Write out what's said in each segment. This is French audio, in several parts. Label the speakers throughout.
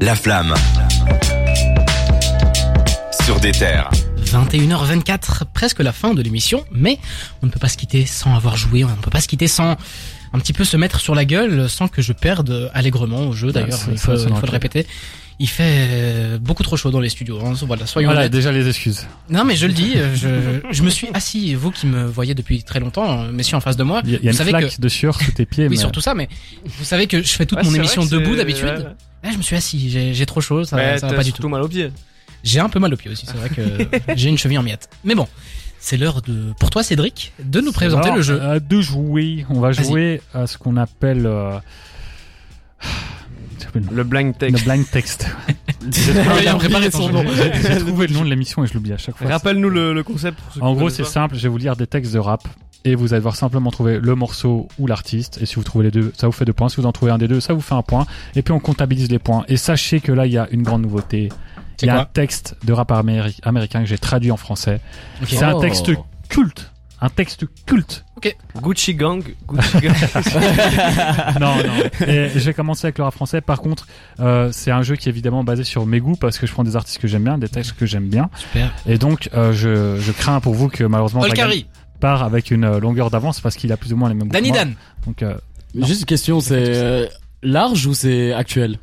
Speaker 1: La flamme. Sur des terres.
Speaker 2: 21h24, presque la fin de l'émission, mais on ne peut pas se quitter sans avoir joué, on ne peut pas se quitter sans un petit peu se mettre sur la gueule, sans que je perde allègrement au jeu d'ailleurs,
Speaker 3: c'est-
Speaker 2: il faut,
Speaker 3: ça, ça
Speaker 2: il faut le
Speaker 3: manquait.
Speaker 2: répéter. Il fait euh, beaucoup trop chaud dans les studios, hein, voilà, soyons
Speaker 3: Voilà,
Speaker 2: honnêtes.
Speaker 3: déjà les excuses.
Speaker 2: Non mais je le dis, euh, je, je me suis assis, et vous qui me voyez depuis très longtemps, euh, messieurs en face de moi,
Speaker 3: Il y a, il y a
Speaker 2: vous
Speaker 3: une
Speaker 2: savez
Speaker 3: flaque
Speaker 2: que...
Speaker 3: de sueur sous tes pieds.
Speaker 2: Oui,
Speaker 3: mais- euh,
Speaker 2: surtout ça, mais vous savez que je fais toute mon émission debout d'habitude. Là, je me suis assis, j'ai j'ai trop chaud, ça, ça va pas du tout.
Speaker 4: mal au pied.
Speaker 2: J'ai un peu mal au pied aussi, c'est vrai que j'ai une cheville en miettes. Mais bon, c'est l'heure de, pour toi Cédric, de nous présenter
Speaker 3: Alors,
Speaker 2: le jeu.
Speaker 3: euh, de jouer. On va
Speaker 2: Vas-y.
Speaker 3: jouer à ce qu'on appelle. euh, j'ai oublié le nom.
Speaker 4: Le blank
Speaker 3: Le
Speaker 4: text.
Speaker 3: blind text.
Speaker 2: il a préparé son nom.
Speaker 3: J'ai j'ai trouvé le nom de l'émission et je l'oublie à chaque fois.
Speaker 4: Rappelle-nous le, le concept. pour ceux qui
Speaker 3: En gros,
Speaker 4: connaissent
Speaker 3: c'est
Speaker 4: pas.
Speaker 3: simple, je vais vous lire des textes de rap et vous allez devoir simplement trouver le morceau ou l'artiste. Et si vous trouvez les deux, ça vous fait deux points. Si vous en trouvez un des deux, ça vous fait un point. Et puis on comptabilise les points. Et sachez que là, il y a une grande nouveauté.
Speaker 2: C'est
Speaker 3: Il y a
Speaker 2: quoi
Speaker 3: un texte de rap améri- américain que j'ai traduit en français.
Speaker 2: Ok. Oh.
Speaker 3: C'est un texte culte. Un texte culte.
Speaker 4: Gucci Gang. Gucci Gang.
Speaker 3: non, non. Et je vais commencer avec le rap français. Par contre, euh, c'est un jeu qui est évidemment basé sur mes goûts parce que je prends des artistes que j'aime bien, des textes que j'aime bien.
Speaker 2: Super.
Speaker 3: Et donc, euh, je, je crains pour vous que malheureusement, Dragan
Speaker 2: Olkari,
Speaker 3: part avec une euh, longueur d'avance parce qu'il a plus ou moins les mêmes goûts.
Speaker 2: Danny
Speaker 3: que moi.
Speaker 2: Dan.
Speaker 3: Donc, euh,
Speaker 5: Juste une question, c'est euh, large ou c'est actuel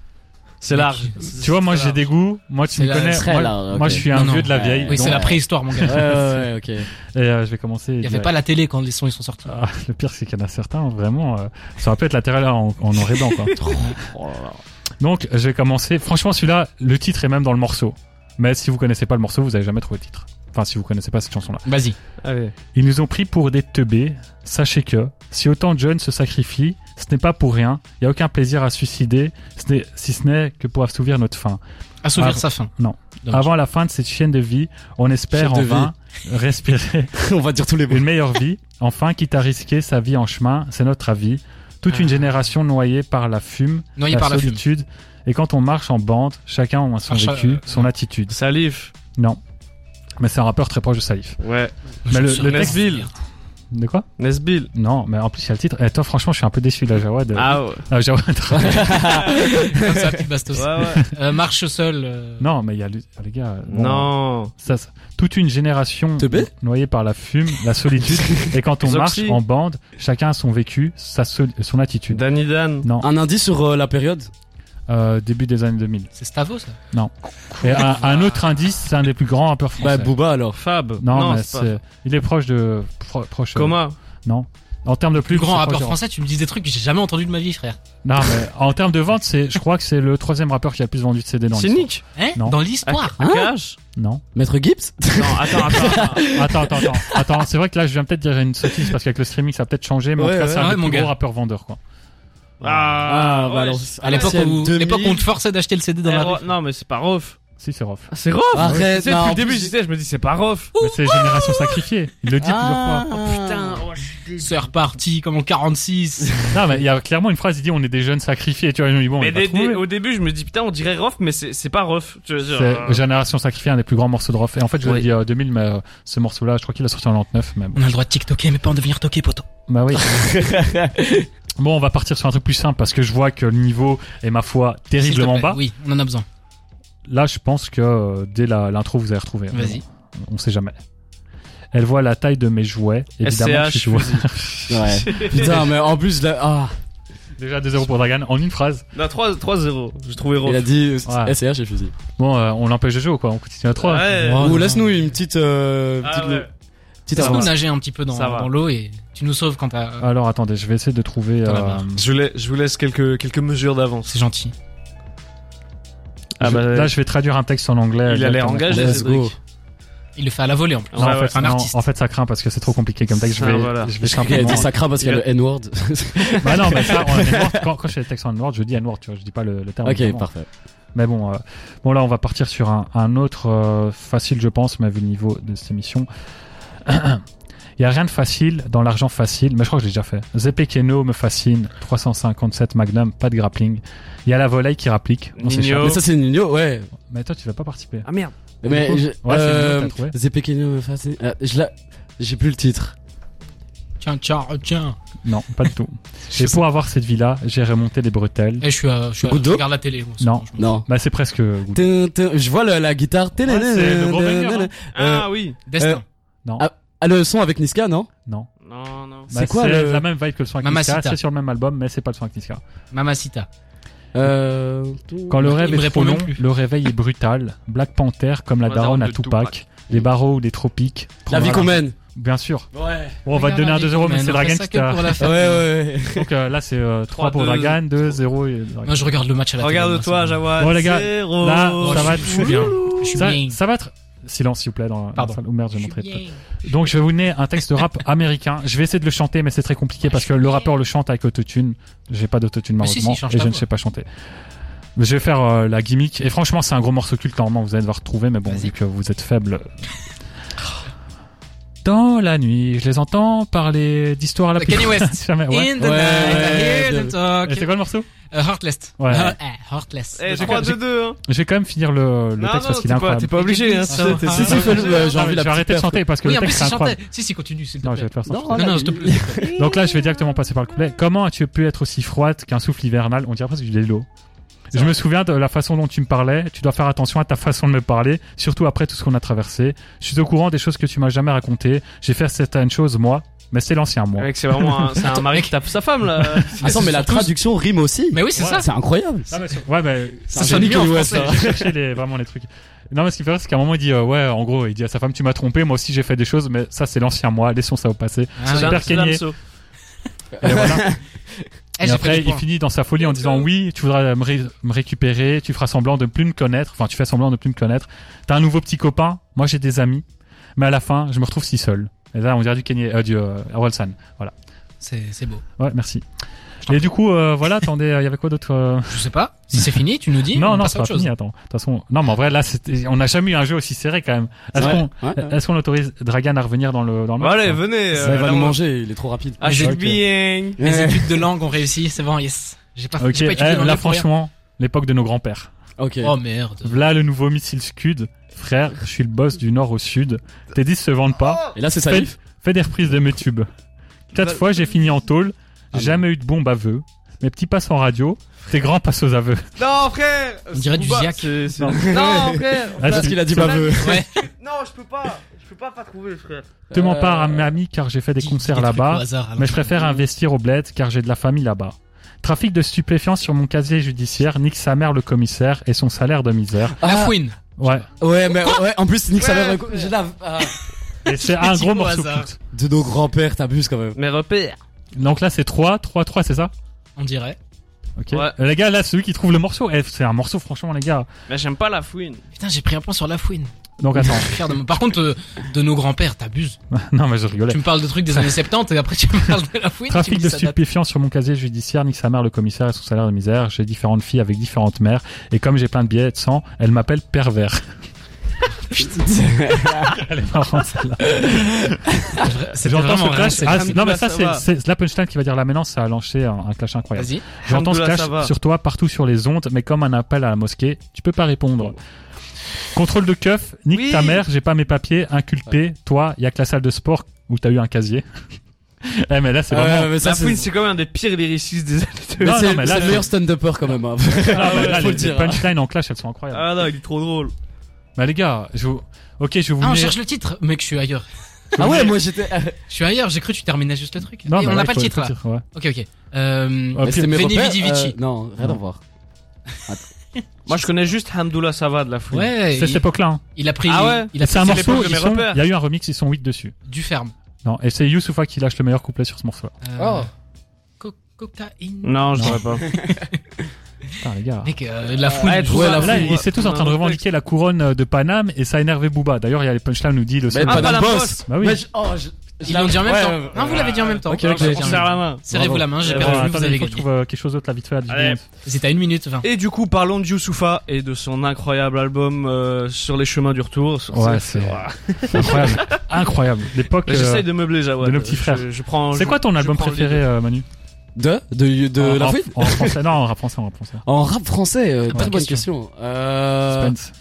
Speaker 3: C'est large. Tu vois, moi j'ai des goûts. Moi tu
Speaker 2: C'est
Speaker 3: me
Speaker 2: la-
Speaker 3: connais.
Speaker 5: très
Speaker 3: moi,
Speaker 5: large, ok.
Speaker 3: moi, je suis un
Speaker 2: Non, non.
Speaker 3: vieux de la
Speaker 5: Euh,
Speaker 3: vieille.
Speaker 2: Oui, c'est
Speaker 3: donc-
Speaker 2: la préhistoire, mon
Speaker 5: Ouais,
Speaker 2: gars.
Speaker 5: ouais, ouais, ok.
Speaker 3: Et euh, je vais commencer. Ah,
Speaker 2: Il n'y avait pas la télé quand les sons ils sont sortis.
Speaker 3: le pire, c'est qu'il y en a certains, vraiment, euh, ça va peut être la terre là en, en noir et blanc, quoi.
Speaker 5: Oh là là.
Speaker 3: Donc, je vais commencer. Franchement, celui-là, le titre est même dans le morceau. Mais si vous connaissez pas le morceau, vous avez jamais trouvé le titre. Enfin, si vous connaissez pas cette chanson-là.
Speaker 2: Vas-y.
Speaker 4: Allez.
Speaker 3: Ils nous ont pris pour des teubés. Sachez que, si autant de jeunes se sacrifient, ce n'est pas pour rien. Il n'y a aucun plaisir à se suicider, ce n'est- si ce n'est que pour assouvir notre faim.
Speaker 2: Assouvir
Speaker 3: Ah,
Speaker 2: sa fin. Dommage.
Speaker 3: Avant la fin de cette chaîne de vie, on espère
Speaker 5: Chaîne de
Speaker 3: enfin respirer
Speaker 5: On va dire tous les mots.
Speaker 3: une meilleure vie. Enfin, quitte à risquer sa vie en chemin, c'est notre avis. Toute une
Speaker 2: Ah.
Speaker 3: génération noyée par la fume,
Speaker 2: Noyé par la fume.
Speaker 3: solitude. Et quand on marche en bande, chacun a son
Speaker 2: Ah, cha-
Speaker 3: vécu,
Speaker 2: euh,
Speaker 3: son attitude.
Speaker 4: Salif.
Speaker 3: Non. Mais c'est un rappeur très proche de Salif.
Speaker 4: Ouais.
Speaker 3: Mais le- le
Speaker 4: texte-
Speaker 3: De quoi
Speaker 4: Nesbill.
Speaker 3: Non, mais en plus il y a le titre. Et toi, franchement, je suis un peu déçu là, Jawad.
Speaker 4: Ah ouais.
Speaker 3: Ah, Jawad.
Speaker 2: Comme ça, petite bastos.
Speaker 4: Ouais, ouais.
Speaker 2: Euh, marche seul. euh,
Speaker 3: non, mais il y a le- ah, les gars. bon,
Speaker 4: Non.
Speaker 3: Ça, ça- toute une génération
Speaker 5: Teubé
Speaker 3: noyée par la fume, la solitude. et quand on
Speaker 4: Les
Speaker 3: marche
Speaker 4: oxy.
Speaker 3: en bande, chacun a son vécu, sa sol- son attitude.
Speaker 4: Danny Dan.
Speaker 3: Non,
Speaker 5: Un indice sur euh, la période
Speaker 3: euh, début des années 2000.
Speaker 2: C'est Stavo ça.
Speaker 3: Et un, un autre indice, c'est un des plus grands rappeurs français.
Speaker 5: Bah, Booba alors.
Speaker 4: Fab.
Speaker 3: non, mais
Speaker 4: c'est
Speaker 3: c'est- il est proche de pro- proche. euh,
Speaker 4: Coma.
Speaker 3: Non. En termes de plus, hein.
Speaker 2: Plus grand
Speaker 3: c'est
Speaker 2: rappeur
Speaker 3: proche de-
Speaker 2: français, tu me dis des trucs que j'ai jamais entendu de ma vie, frère.
Speaker 3: Non, mais en termes de vente, c'est, je crois que c'est le troisième rappeur qui a le plus vendu de CD dans
Speaker 4: C'est
Speaker 3: l'histoire.
Speaker 4: Nick.
Speaker 2: Hein
Speaker 3: Non.
Speaker 2: Dans l'histoire.
Speaker 5: Hein
Speaker 4: Cash.
Speaker 3: Non.
Speaker 5: Maître Gibbs
Speaker 4: Non, attends, attends. attends.
Speaker 3: Attends, attends, attends. Attends, c'est vrai que là, je viens peut-être dire une sottise parce qu'avec le streaming, ça a peut-être changé, mais en
Speaker 5: Ouais,
Speaker 3: tout cas,
Speaker 5: ouais.
Speaker 3: c'est un
Speaker 2: Ouais,
Speaker 3: des
Speaker 2: mon
Speaker 3: plus
Speaker 2: gars.
Speaker 3: gros rappeurs vendeurs, quoi.
Speaker 4: Ah, ouais, c'est-
Speaker 2: À l'époque
Speaker 5: l'ancienne,
Speaker 2: où, l'époque où on
Speaker 5: 2000.
Speaker 2: te forçait d'acheter le CD dans la
Speaker 4: Eh,
Speaker 2: rue.
Speaker 4: Ro- Non, mais c'est pas Rof.
Speaker 3: Si, c'est Rof.
Speaker 4: C'est Rof. Tu
Speaker 5: Arrête,
Speaker 4: sais,
Speaker 5: non,
Speaker 4: depuis
Speaker 5: en
Speaker 4: le début,
Speaker 5: plus,
Speaker 4: j'étais, je me dis, c'est pas Rof.
Speaker 3: Mais c'est Génération Sacrifiée. Il le dit
Speaker 5: Ah.
Speaker 2: C'est reparti comme en 46.
Speaker 3: plusieurs fois. Non, mais il y a clairement une phrase, il dit on est des jeunes sacrifiés. Tu vois, ils ont dit, bon, on
Speaker 4: mais
Speaker 3: est pas
Speaker 4: des-
Speaker 3: trouvé.
Speaker 4: des- au début, je me dis, putain, on dirait Rof, mais c'est c'est pas Rof. Tu vois, genre, euh,
Speaker 3: C'est Génération Sacrifiée, un des plus grands morceaux de Rof. Et en fait, je vous
Speaker 4: Oui.
Speaker 3: ai dit euh, 2000, mais euh, ce morceau-là, je crois qu'il a sorti en 99, mais bon.
Speaker 2: On a le droit de TikToker, mais pas en devenir toqué, poteau.
Speaker 3: Bah oui. bon, on va partir sur un truc plus simple parce que je vois que le niveau est, ma foi, terriblement
Speaker 2: S'il te plaît.
Speaker 3: bas.
Speaker 2: Oui, on en a besoin.
Speaker 3: Là, je pense que euh, dès la- l'intro, vous allez retrouver. hein.
Speaker 2: Vas-y.
Speaker 3: On sait jamais. Elle voit la taille de mes jouets. Évidemment, que je suis
Speaker 4: SCH,
Speaker 3: joueur.
Speaker 5: Ouais. Putain, mais en plus, là, ah,
Speaker 3: Déjà 2-0 pour Dragan en une phrase.
Speaker 4: Non, 3, 0 J'ai trouvé Rof.
Speaker 5: il a dit
Speaker 3: Ouais.
Speaker 5: euh, SCH et fusil.
Speaker 3: Bon, euh, on l'empêche de jouer ou quoi On continue à 3.
Speaker 4: Ouais.
Speaker 3: Oh,
Speaker 5: Ou
Speaker 3: non.
Speaker 5: laisse-nous une petite. euh,
Speaker 4: Ah
Speaker 5: petite-
Speaker 4: ouais.
Speaker 5: petite
Speaker 2: Laisse-nous
Speaker 5: avance.
Speaker 2: nager un petit peu dans,
Speaker 4: Ça va.
Speaker 2: dans l'eau et tu nous sauves quand t'as. euh,
Speaker 3: Alors attendez, je vais essayer de trouver.
Speaker 2: Dans la
Speaker 3: euh,
Speaker 2: barre.
Speaker 4: Je vous laisse, je vous laisse quelques, quelques mesures d'avance.
Speaker 2: C'est gentil.
Speaker 4: Ah
Speaker 3: je-
Speaker 4: bah,
Speaker 3: là, je vais traduire un texte en anglais.
Speaker 4: Il a l'air engagé,
Speaker 5: Let's
Speaker 4: Cédric.
Speaker 5: go.
Speaker 2: Il le fait à la volée en plus.
Speaker 3: Non,
Speaker 4: Ouais,
Speaker 3: en,
Speaker 4: ouais.
Speaker 3: fait,
Speaker 2: Un
Speaker 3: non,
Speaker 2: artiste.
Speaker 3: en fait, ça craint parce que c'est trop compliqué comme texte. Je
Speaker 4: Ah,
Speaker 3: vais,
Speaker 4: voilà.
Speaker 3: je vais
Speaker 5: Il a
Speaker 3: simplement.
Speaker 5: dit ça craint parce qu'il y a le N-word.
Speaker 3: Bah non, mais ça, on est mort. Quand, quand je fais des textes en N-word, je dis N-word, tu vois, je dis pas le, le terme.
Speaker 5: ok,
Speaker 3: évidemment.
Speaker 5: parfait.
Speaker 3: Mais bon, euh, bon là, on va partir sur un, un autre euh, facile, je pense, mais vu le niveau de cette émission. Il y a rien de facile dans l'argent facile, mais je crois que je l'ai déjà fait. Zepe Keno me fascine, 357 Magnum, pas de grappling. Il y a la volaille qui rapplique. Non, c'est
Speaker 4: Nino.
Speaker 3: chiant.
Speaker 5: Mais ça, c'est Nino, ouais.
Speaker 3: Mais toi, tu vas pas participer.
Speaker 4: Ah merde.
Speaker 5: Mais. je-
Speaker 3: Ouais, c'est Nino,
Speaker 5: euh,
Speaker 3: t'as trouvé.
Speaker 5: Zepequeno me fascine. Ah, Je l'ai. J'ai plus le titre.
Speaker 2: Tiens, tiens, euh, tiens.
Speaker 3: Non, pas du tout. Et pour avoir cette vie-là, j'ai remonté les bretelles.
Speaker 2: Et Eh, je suis, à- je suis à-
Speaker 5: Goudo
Speaker 2: je regarde la télé. moi, c'est
Speaker 3: Non.
Speaker 2: bon, je m'en
Speaker 5: Non.
Speaker 3: Bah, c'est presque.
Speaker 5: Tin, tin, Je vois le- la guitare. Tin,
Speaker 3: Ouais, c'est le gros
Speaker 5: tin,
Speaker 3: banger,
Speaker 5: tin,
Speaker 3: hein.
Speaker 5: tin. Euh,
Speaker 4: Ah oui.
Speaker 2: fous. Destin.
Speaker 5: Euh,
Speaker 3: Non,
Speaker 5: ah, Ah, le son avec Niska, non
Speaker 3: non. Bah,
Speaker 4: Non, non.
Speaker 5: c'est quoi le-
Speaker 3: la même vibe que le son avec
Speaker 2: Mamacita.
Speaker 3: Niska, C'est sur le même album, mais c'est pas le son avec Niska.
Speaker 2: Mamacita.
Speaker 5: Euh,
Speaker 3: Quand le
Speaker 2: Il
Speaker 3: rêve
Speaker 2: me
Speaker 3: est
Speaker 2: répond
Speaker 3: trop long,
Speaker 2: non plus.
Speaker 3: le réveil est brutal. Black Panther comme la
Speaker 4: Hasard
Speaker 3: daronne à
Speaker 4: de
Speaker 3: Tupac.
Speaker 4: Tupac.
Speaker 3: Les barreaux ou les tropiques.
Speaker 5: La vie qu'on mène.
Speaker 3: Bien sûr.
Speaker 5: Ouais.
Speaker 3: Bon, on va te donner un 2 euros, mais c'est Dragon qui t'a-
Speaker 5: Ouais, ouais, ouais.
Speaker 3: Donc euh, là, c'est 3
Speaker 4: Trois,
Speaker 3: pour
Speaker 4: deux.
Speaker 3: Dragon, 2, 0 et Dragon.
Speaker 2: Moi, je regarde le match à la télé.
Speaker 4: Regarde-toi,
Speaker 2: moi, c'est bon.
Speaker 4: Jawad.
Speaker 3: Bon, les gars,
Speaker 4: zéro.
Speaker 3: là,
Speaker 2: Oh,
Speaker 3: ça
Speaker 2: je-
Speaker 3: va
Speaker 2: je
Speaker 3: être-
Speaker 2: suis bien. Je suis
Speaker 3: Ça,
Speaker 2: bien.
Speaker 3: ça va être. Silence, s'il vous plaît, dans,
Speaker 2: Pardon.
Speaker 3: la salle. Oh merde, j'ai
Speaker 2: Je suis
Speaker 3: montré. le
Speaker 2: bien.
Speaker 3: Donc je vais vous donner un texte de rap américain. Je vais essayer de le chanter, mais c'est très compliqué parce que le rappeur le chante avec autotune. J'ai pas d'autotune
Speaker 2: Mais si,
Speaker 3: malheureusement
Speaker 2: si, change
Speaker 3: et
Speaker 2: ta
Speaker 3: je ne
Speaker 2: voix.
Speaker 3: sais pas chanter. Mais Je vais faire euh, la gimmick et franchement c'est un gros morceau culte normalement vous allez devoir trouver mais bon
Speaker 2: Vas-y.
Speaker 3: vu que vous êtes faible. Dans la nuit, je les entends parler d'histoire à la
Speaker 2: Kanye West.
Speaker 3: Jamais. Ah, Ouais.
Speaker 2: In the
Speaker 5: Ouais,
Speaker 2: night, I
Speaker 5: ouais,
Speaker 2: hear
Speaker 5: de-
Speaker 2: them talk.
Speaker 3: Et C'est quoi le morceau
Speaker 2: Euh, Heartless.
Speaker 3: Ouais.
Speaker 2: Ah, ah, Heartless.
Speaker 4: Eh,
Speaker 2: Je
Speaker 4: j'ai 3
Speaker 2: regarde-
Speaker 4: de 2 hein.
Speaker 3: Je vais quand même finir le, le texte
Speaker 4: Non, non,
Speaker 3: parce qu'il est
Speaker 4: t'es pas, t'es
Speaker 3: incroyable.
Speaker 4: pas obligé, hein.
Speaker 2: Si, si,
Speaker 5: Si, si, fais-le, euh, j'ai
Speaker 3: Ah,
Speaker 5: envie
Speaker 3: je
Speaker 5: de
Speaker 3: vais
Speaker 5: la
Speaker 3: arrêter de
Speaker 5: petite
Speaker 3: chanter parce que
Speaker 2: Oui,
Speaker 3: le
Speaker 2: en plus,
Speaker 3: texte est
Speaker 2: c'est
Speaker 3: incroyable.
Speaker 2: chanté. Si, si, continue, s'il te
Speaker 3: Non, je vais
Speaker 2: plaît.
Speaker 3: te faire ça.
Speaker 5: Non,
Speaker 2: Non, non, s'il te plaît.
Speaker 3: Donc là, je vais directement passer par le couplet. Comment as-tu pu être aussi froide qu'un souffle hivernal On dirait presque du vélo. Je me souviens de la façon dont tu me parlais. Tu dois faire attention à ta façon de me parler, surtout après tout ce qu'on a traversé. Je suis au courant des choses que tu m'as jamais racontées. J'ai fait certaines choses, moi, mais c'est l'ancien moi.
Speaker 4: Mec, c'est vraiment un, c'est un mari qui tape sa femme là.
Speaker 5: Attends, mais la traduction rime aussi.
Speaker 2: Mais oui, c'est
Speaker 3: Ouais.
Speaker 2: ça.
Speaker 5: C'est incroyable.
Speaker 3: Ah, mais c'est- ouais, mais
Speaker 5: Ça
Speaker 3: j'ai
Speaker 5: sonne
Speaker 3: mis
Speaker 5: mieux en
Speaker 3: en
Speaker 5: français.
Speaker 3: français, j'ai cherché les- vraiment les trucs. Non, mais ce qui fait, c'est qu'à un moment, il dit, euh, ouais, en gros, il dit à sa femme, tu m'as trompé, moi aussi j'ai fait des choses, mais ça, c'est l'ancien moi, laissons ça au passé.
Speaker 2: Ah,
Speaker 3: Super
Speaker 4: C'est
Speaker 3: Kanye.
Speaker 4: Damso.
Speaker 3: Et voilà.
Speaker 2: eh, j'ai
Speaker 3: Et
Speaker 2: fait
Speaker 3: après,
Speaker 2: du
Speaker 3: il
Speaker 2: point.
Speaker 3: finit dans sa folie en disant oui, tu voudras me, ré- me récupérer, tu feras semblant de plus me connaître, enfin tu fais semblant de plus me connaître. T'as un nouveau petit copain, moi j'ai des amis, mais à la fin, je me retrouve si seul. Et là, on dirait du Kenny, euh, du euh, Orelsan.
Speaker 2: C'est c'est beau.
Speaker 3: Ouais, merci.
Speaker 2: Je t'en
Speaker 3: Et du coup, euh, voilà, attendez, euh, il y avait quoi d'autre euh,
Speaker 2: Je sais pas. Si c'est fini, tu nous dis.
Speaker 3: Non,
Speaker 2: on
Speaker 3: non,
Speaker 2: passe
Speaker 3: c'est
Speaker 2: à
Speaker 3: pas
Speaker 2: autre chose.
Speaker 3: fini, attends. De toute façon, non, mais en vrai, là, c'était- on n'a jamais eu un jeu aussi serré quand même. Est-ce
Speaker 5: Ouais,
Speaker 3: qu'on
Speaker 5: ouais, ouais.
Speaker 3: est-ce qu'on autorise Dragan à revenir dans le, dans le
Speaker 4: Bon,
Speaker 3: match,
Speaker 4: allez,
Speaker 3: hein
Speaker 4: venez.
Speaker 5: Ça,
Speaker 4: euh,
Speaker 5: il va
Speaker 4: là,
Speaker 5: nous
Speaker 4: on-
Speaker 5: manger, il est trop rapide.
Speaker 4: Ah, j'ai
Speaker 3: Ok.
Speaker 4: bien.
Speaker 2: Les
Speaker 5: Ouais.
Speaker 2: études de langue ont réussi, c'est bon, yes. J'ai pas,
Speaker 3: Ok,
Speaker 2: j'ai pas étudié
Speaker 3: eh,
Speaker 2: l'anglais
Speaker 3: là,
Speaker 2: pour rien.
Speaker 3: franchement, l'époque de nos grands-pères.
Speaker 5: Ok.
Speaker 2: Oh merde.
Speaker 3: Là, le nouveau missile Scud. Frère, je suis le boss du nord au sud. Tes disques se vendent pas.
Speaker 5: Et là, c'est
Speaker 3: Fais,
Speaker 5: salif.
Speaker 3: fais des reprises de mes tubes. Quatre
Speaker 4: Bah-
Speaker 3: fois, j'ai fini en tôle.
Speaker 5: Ah
Speaker 3: jamais eu de bombe à vœux. Mes petits passent en radio. Tes grands passent aux aveux.
Speaker 4: Non, frère.
Speaker 2: On dirait du
Speaker 4: Booba.
Speaker 2: Ziac.
Speaker 4: C'est- c'est-
Speaker 3: Non.
Speaker 4: Non, frère.
Speaker 3: Ah,
Speaker 5: Parce
Speaker 3: c'est-
Speaker 5: qu'il a dit
Speaker 4: c'est-
Speaker 5: baveux.
Speaker 2: Ouais.
Speaker 4: Non, je peux pas. Je peux pas pas trouver, frère.
Speaker 3: Te m'en pars à
Speaker 5: Euh,
Speaker 3: mes amis car j'ai fait des
Speaker 2: Dis-
Speaker 3: concerts
Speaker 2: dis trucs au
Speaker 3: là-bas.
Speaker 2: hasard, alors.
Speaker 3: Mais je préfère investir au bled car j'ai de la famille là-bas. Trafic de stupéfiants sur mon casier judiciaire. Nique sa mère le commissaire et son salaire de misère.
Speaker 2: La
Speaker 5: Ah,
Speaker 2: fouine.
Speaker 3: Ouais.
Speaker 5: ouais, mais ouais, en plus, Nick
Speaker 4: Ouais,
Speaker 5: Savard,
Speaker 4: ouais.
Speaker 5: j'ai la, ah,
Speaker 3: Et c'est un
Speaker 2: dis
Speaker 3: gros
Speaker 2: au
Speaker 3: morceau.
Speaker 2: hasard.
Speaker 3: culte.
Speaker 5: de nos grands-pères, t'abuses quand même.
Speaker 4: Mes repères.
Speaker 3: Donc là, c'est 3, 3, 3, c'est ça?
Speaker 2: On dirait.
Speaker 3: Ok.
Speaker 4: Ouais.
Speaker 3: Euh, Les gars, là, celui qui trouve le morceau, eh, c'est un morceau, franchement, les gars.
Speaker 4: Mais j'aime pas la fouine.
Speaker 2: Putain, j'ai pris un point sur la fouine.
Speaker 3: Donc attends.
Speaker 2: Je suis fier de moi. Par contre, euh, de nos grands-pères, t'abuses.
Speaker 3: non, mais je rigolais.
Speaker 2: Tu me parles de trucs des années 70 et après tu me parles de la fouine. tu me
Speaker 3: Trafic
Speaker 2: dis
Speaker 3: de
Speaker 2: ça date.
Speaker 3: stupéfiants sur mon casier judiciaire, nique sa mère le commissaire et son salaire de misère. J'ai différentes filles avec différentes mères. Et comme j'ai plein de billets de sang, elle m'appelle pervers. Elle est marrante, celle-là.
Speaker 2: C'était
Speaker 3: J'entends
Speaker 2: vraiment
Speaker 3: ce clash.
Speaker 2: rien,
Speaker 3: Ah,
Speaker 4: c'est-
Speaker 3: c'est- non, mais ça,
Speaker 4: ça
Speaker 3: c'est
Speaker 4: va.
Speaker 3: c'est la punchline qui va dire là maintenant, ça a lancé un, un clash
Speaker 2: c'est-
Speaker 3: incroyable.
Speaker 2: Vas-y.
Speaker 3: J'entends ce
Speaker 4: Alhamdoulilah, ça va.
Speaker 3: clash sur toi partout sur les ondes, mais comme un appel à la mosquée, tu peux pas répondre. Contrôle de keuf, nique
Speaker 4: Oui.
Speaker 3: ta mère, j'ai pas mes papiers, inculpé, toi, y a que la salle de sport où t'as eu un casier. eh, mais là, c'est vraiment.
Speaker 5: Ouais, mais ça,
Speaker 4: La
Speaker 5: c'est,
Speaker 4: fouine, c'est quand même un des pires lyricistes des années
Speaker 3: Non,
Speaker 4: 2000.
Speaker 5: c'est,
Speaker 3: non, mais là,
Speaker 5: c'est le
Speaker 3: je-
Speaker 5: meilleur stand-upper quand même. hein.
Speaker 3: Ah, mais là,
Speaker 5: faut
Speaker 3: les,
Speaker 5: le dire. hein. Ah.
Speaker 3: les punchlines en clash, elles sont incroyables.
Speaker 4: Ah non, il est trop drôle.
Speaker 3: Bah, les gars, je vous. Ok, je vous
Speaker 2: Ah, on
Speaker 3: mets-
Speaker 2: cherche le titre. Mec, je suis ailleurs.
Speaker 5: Ah ouais, moi j'étais.
Speaker 2: Je suis ailleurs, j'ai cru que tu terminais juste le truc.
Speaker 3: Non,
Speaker 2: Et
Speaker 3: mais
Speaker 2: on
Speaker 3: là,
Speaker 2: n'a
Speaker 3: il
Speaker 2: pas le
Speaker 3: faut-
Speaker 2: titre
Speaker 3: faut
Speaker 2: là.
Speaker 3: le titre, ouais.
Speaker 2: Ok, ok. Euh,
Speaker 3: Ah,
Speaker 5: C'était mes
Speaker 2: Veni,
Speaker 5: repères,
Speaker 2: Vidi,
Speaker 5: euh,
Speaker 2: Vici.
Speaker 5: Non, rien à voir.
Speaker 4: Moi, je connais juste Hamdoullah Savad, la fouine.
Speaker 2: Ouais,
Speaker 3: C'est à cette
Speaker 2: il,
Speaker 3: époque-là. hein.
Speaker 2: il a pris,
Speaker 4: Ah ouais
Speaker 2: il a pris
Speaker 3: C'est un
Speaker 4: c'est
Speaker 3: morceau,
Speaker 4: l'époque de
Speaker 3: ils
Speaker 4: mes
Speaker 3: sont-
Speaker 4: repères.
Speaker 3: il y a eu un remix, ils sont 8 dessus.
Speaker 2: du ferme.
Speaker 3: Non, et c'est Youssoufa qui lâche le meilleur couplet sur ce morceau.
Speaker 2: Euh, co- cocaïne.
Speaker 4: Non, je
Speaker 3: Non.
Speaker 4: saurais pas.
Speaker 3: Putain, les gars.
Speaker 2: Mec, euh, la fouille.
Speaker 4: Ouais,
Speaker 2: du
Speaker 4: trouve
Speaker 2: soir.
Speaker 5: la
Speaker 3: Là,
Speaker 5: fouille.
Speaker 3: ils étaient tous en train de revendiquer la couronne de Paname et ça a énervé Booba. D'ailleurs, il y a les punchlines nous dit le
Speaker 5: Mais
Speaker 3: seul-
Speaker 4: pas
Speaker 5: Ah, pas
Speaker 4: la
Speaker 5: d'un
Speaker 4: poste.
Speaker 5: boss.
Speaker 3: Bah oui.
Speaker 5: Mais je- oh, je- je
Speaker 2: Ils
Speaker 5: l'ai-
Speaker 2: l'ont dit en même
Speaker 5: ouais,
Speaker 2: temps.
Speaker 5: ouais,
Speaker 2: non, vous l'avez dit en même temps.
Speaker 5: Ok, ok,
Speaker 2: Vous l'avez dit en
Speaker 4: On
Speaker 5: ok.
Speaker 4: se
Speaker 2: même
Speaker 4: serre
Speaker 2: temps.
Speaker 4: la main.
Speaker 2: Serrez-vous la main, j'ai
Speaker 4: Euh,
Speaker 2: perdu,
Speaker 3: Attends,
Speaker 2: vous
Speaker 3: attendez,
Speaker 2: avez
Speaker 3: il faut que je
Speaker 2: gagné.
Speaker 3: trouve euh, quelque chose d'autre là vite fait. là, vite
Speaker 4: Allez.
Speaker 3: fait.
Speaker 2: Vous êtes à 1 minute 20.
Speaker 4: Et du coup, parlons de Youssoufa et de son incroyable album euh, Sur les chemins du retour. Sur-
Speaker 3: Ouais, c'est incroyable. incroyable. L'époque.
Speaker 4: Là, J'essaye
Speaker 3: euh,
Speaker 4: de meubler Jawad.
Speaker 3: de nos petits frères.
Speaker 4: Je, je prends.
Speaker 3: C'est
Speaker 4: je-
Speaker 3: quoi ton
Speaker 4: je
Speaker 3: album
Speaker 4: prends le
Speaker 3: préféré, euh, Manu
Speaker 5: De De, de
Speaker 3: En-
Speaker 5: la
Speaker 3: en,
Speaker 5: fouine
Speaker 3: en français. Non, en rap français, en rap français.
Speaker 5: En rap français, euh,
Speaker 2: Bonne
Speaker 5: très bonne
Speaker 2: question.
Speaker 5: question. Euh,
Speaker 3: Spence.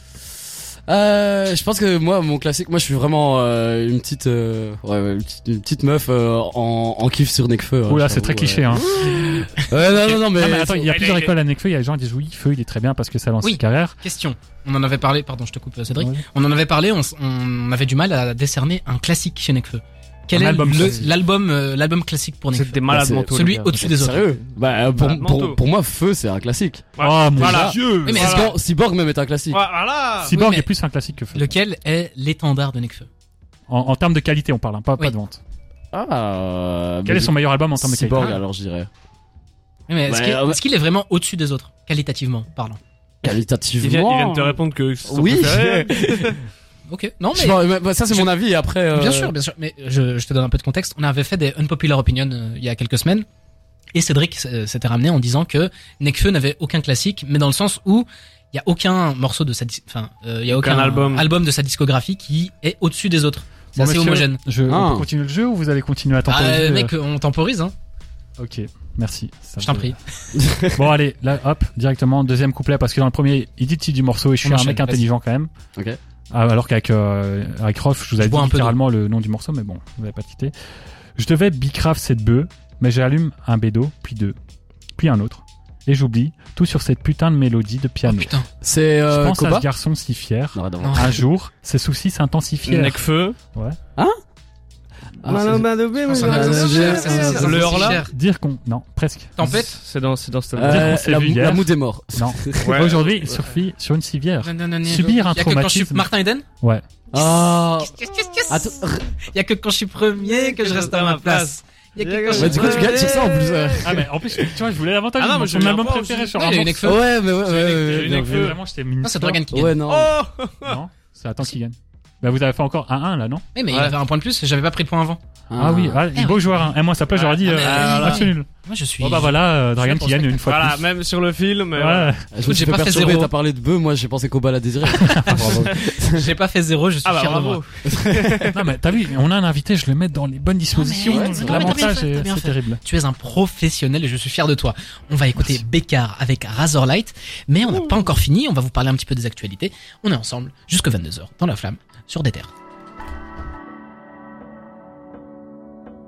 Speaker 5: Euh, je pense que moi, mon classique, moi, je suis vraiment euh, une petite, euh, ouais, ouais, une petite, une petite meuf euh, en, en kiff sur Necfeu. hein,
Speaker 3: Oula,
Speaker 5: je
Speaker 3: c'est
Speaker 5: t'avoue,
Speaker 3: très cliché.
Speaker 5: ouais.
Speaker 3: Hein.
Speaker 5: Ouais, non, non, non, mais,
Speaker 3: Non, mais attends, il y a
Speaker 4: Mais
Speaker 3: plusieurs
Speaker 4: il est-
Speaker 3: écoles à Necfeu. Il y a des gens qui disent oui, Feu, il est très bien parce que ça lance
Speaker 2: Oui.
Speaker 3: une carrière.
Speaker 2: Question. On en avait parlé, pardon, je te coupe, Cédric.
Speaker 3: Ouais.
Speaker 2: On en avait parlé, on, s- on avait du mal à décerner un classique chez Nekfeu. Quel
Speaker 3: Un
Speaker 2: est
Speaker 3: album
Speaker 2: le-
Speaker 3: classique.
Speaker 2: l'album euh, l'album classique pour
Speaker 4: C'est
Speaker 2: Nekfeu
Speaker 4: des malades
Speaker 5: c'est-
Speaker 4: mentaux.
Speaker 2: Celui
Speaker 4: les gars.
Speaker 2: au-dessus des autres.
Speaker 5: Sérieux Bah, euh, pour,
Speaker 3: Ah,
Speaker 4: Bah,
Speaker 5: pour-
Speaker 4: manteau.
Speaker 5: pour moi, Feu, c'est un classique.
Speaker 3: Oh mon
Speaker 4: Voilà. Ah,
Speaker 3: dieu.
Speaker 2: Oui, mais est-ce
Speaker 4: Voilà.
Speaker 5: Cyborg, Cyborg même est un classique.
Speaker 4: Voilà.
Speaker 3: Cyborg
Speaker 2: Oui, mais-
Speaker 3: est plus un classique que Feu.
Speaker 2: que- Lequel est l'étendard de Nekfeu
Speaker 3: En, en termes de qualité, on parle, hein, pas, pas
Speaker 2: Oui.
Speaker 3: de vente.
Speaker 5: Ah, euh,
Speaker 3: Quel
Speaker 5: mais
Speaker 3: est son meilleur album en termes de qualité
Speaker 5: Cyborg, alors je dirais.
Speaker 2: Oui, mais Est-ce
Speaker 5: Ouais,
Speaker 2: qu'il
Speaker 5: ouais.
Speaker 2: est-ce qu'il est vraiment au-dessus des autres, qualitativement parlant
Speaker 5: Qualitativement.
Speaker 4: Il vient, il vient de te répondre que. c'est son
Speaker 5: Oui.
Speaker 4: préféré.
Speaker 2: Ok, non
Speaker 5: Je
Speaker 2: mais...
Speaker 5: sais pas, mais- bah, ça, c'est
Speaker 2: Je-
Speaker 5: mon avis. et Après, euh,
Speaker 2: Bien sûr, bien sûr. Mais je, je te donne un peu de contexte. On avait fait des unpopular opinions euh, il y a quelques semaines. Et Cédric euh, s'était ramené en disant que Nekfeu n'avait aucun classique, mais dans le sens où il y a aucun morceau de sa, dis- enfin, euh, il y a aucun,
Speaker 4: Aucun album.
Speaker 2: de sa discographie qui est au-dessus des autres. C'est
Speaker 3: Bon,
Speaker 2: assez
Speaker 3: messieurs,
Speaker 2: homogène.
Speaker 3: Je,
Speaker 5: Ah.
Speaker 3: On peut continuer le jeu ou vous allez continuer à
Speaker 2: Ah,
Speaker 3: temporiser
Speaker 2: euh,
Speaker 3: euh,
Speaker 2: mec, on temporise, hein.
Speaker 3: Ok, merci. Ça
Speaker 2: Je t'en
Speaker 3: me-
Speaker 2: prie.
Speaker 3: Bon, allez, là, hop, directement, deuxième couplet, parce que dans le premier, il dit le titre du morceau et je
Speaker 2: On
Speaker 3: suis un
Speaker 2: enchaîne,
Speaker 3: mec
Speaker 2: vas-y.
Speaker 3: intelligent quand même.
Speaker 5: Ok.
Speaker 3: Ah, Alors qu'avec euh, avec Rof, je vous
Speaker 2: Je
Speaker 3: avais dit
Speaker 2: bois un peu
Speaker 3: littéralement le nom du morceau, mais bon, vous n'avez pas quitté. Je devais bicraft cette bœuf, mais j'allume un bédo, puis deux, puis un autre. Et j'oublie tout sur cette putain de mélodie de
Speaker 2: Oh,
Speaker 3: piano.
Speaker 2: putain.
Speaker 5: C'est
Speaker 3: je
Speaker 5: euh,
Speaker 3: pense à
Speaker 5: Koba.
Speaker 3: ce garçon si fier.
Speaker 5: Non, non.
Speaker 2: Non.
Speaker 3: Un jour, ses soucis s'intensifièrent.
Speaker 4: Necfeu.
Speaker 5: Ah,
Speaker 4: Manon
Speaker 5: c'est-
Speaker 4: Madobé,
Speaker 2: Je pense
Speaker 5: mais
Speaker 2: à
Speaker 5: non,
Speaker 2: Max
Speaker 5: non,
Speaker 2: Fischer,
Speaker 5: non,
Speaker 2: ça, ça,
Speaker 5: non,
Speaker 2: ça,
Speaker 4: non,
Speaker 2: ça,
Speaker 4: le
Speaker 2: ça,
Speaker 4: Horla.
Speaker 2: Fischer.
Speaker 3: Dire qu'on. Non, presque.
Speaker 2: Tempête.
Speaker 4: C'est dans, c'est dans cette.
Speaker 3: dire
Speaker 5: Euh,
Speaker 3: qu'on s'est
Speaker 5: la,
Speaker 3: vu hier.
Speaker 5: la mood est mort.
Speaker 3: Non.
Speaker 4: Ouais.
Speaker 3: Aujourd'hui, il surfit sur une civière. Subir un
Speaker 2: Il y a que quand je suis
Speaker 3: traumatisme.
Speaker 2: Martin Eden.
Speaker 3: Ouais.
Speaker 5: Ah.
Speaker 2: Yes, yes, yes.
Speaker 5: Attends,
Speaker 2: Il y a que quand je suis premier que je reste à ma place. Il y a que quand je suis
Speaker 5: Ouais, du coup, tu gagnes sur ça en plus. euh.
Speaker 3: Ah, mais en plus, tu vois, je voulais l'avantage.
Speaker 4: Ah non,
Speaker 3: de
Speaker 4: mais
Speaker 3: mon-
Speaker 4: j'ai eu
Speaker 3: mon
Speaker 4: un
Speaker 3: album
Speaker 4: point
Speaker 3: préféré
Speaker 4: aussi.
Speaker 3: sur
Speaker 2: Ouais,
Speaker 3: un
Speaker 2: il y a euh, eu
Speaker 3: morceau.
Speaker 2: Nekfeu.
Speaker 5: Ouais, mais ouais, ouais,
Speaker 4: j'ai
Speaker 5: ouais.
Speaker 4: une
Speaker 5: bien
Speaker 4: Nekfeu.
Speaker 5: vu.
Speaker 3: Vraiment, j'étais mis une
Speaker 2: Non, c'est
Speaker 3: fleur.
Speaker 2: Dragan qui gagne.
Speaker 5: Oh. Ouais, non.
Speaker 4: Oh
Speaker 2: hein.
Speaker 3: Non, c'est attends qui gagne. Bah vous avez fait encore un 1 là non
Speaker 2: Oui, mais il
Speaker 4: Ouais.
Speaker 2: avait un point de plus, j'avais pas pris de point avant.
Speaker 3: Ah, oui, ah,
Speaker 2: Ah
Speaker 3: beau joueur 1. Et moi ça plaît, j'aurais dit
Speaker 2: Ah,
Speaker 3: euh,
Speaker 2: mais
Speaker 3: match
Speaker 2: voilà.
Speaker 3: nul.
Speaker 2: Moi, je suis.
Speaker 4: Oh,
Speaker 3: Bon bah voilà, euh, Dragan
Speaker 2: Je
Speaker 3: qui
Speaker 2: pense
Speaker 3: gagne
Speaker 2: que- Ah,
Speaker 3: une fois
Speaker 4: Voilà,
Speaker 3: de
Speaker 4: même sur le film.
Speaker 3: plus.
Speaker 4: euh,
Speaker 3: Voilà.
Speaker 5: Je me
Speaker 2: J'ai
Speaker 5: suis
Speaker 2: pas
Speaker 5: pas
Speaker 2: fait
Speaker 5: perturbé,
Speaker 2: zéro.
Speaker 5: t'as parlé de bœuf, moi j'ai pensé Koba l'a désiré.
Speaker 2: J'ai pas fait zéro, je suis
Speaker 4: Ah bah
Speaker 2: fier de
Speaker 4: bravo.
Speaker 2: moi.
Speaker 3: non mais t'as vu, on a un invité, je le mets dans les
Speaker 2: Ah,
Speaker 3: bonnes dispositions.
Speaker 2: Non,
Speaker 5: mais-
Speaker 3: donc
Speaker 5: non, mais
Speaker 2: t'as bien
Speaker 3: L'avantage
Speaker 2: fait, t'as
Speaker 3: est-
Speaker 2: bien
Speaker 3: c'est
Speaker 2: fait.
Speaker 3: terrible.
Speaker 2: Tu es un professionnel et je suis fier de toi. On va écouter Bécard avec Razorlight, mais on n'a pas encore fini, on va vous parler un petit peu des actualités. On est ensemble jusque 22h dans la flamme sur des terres.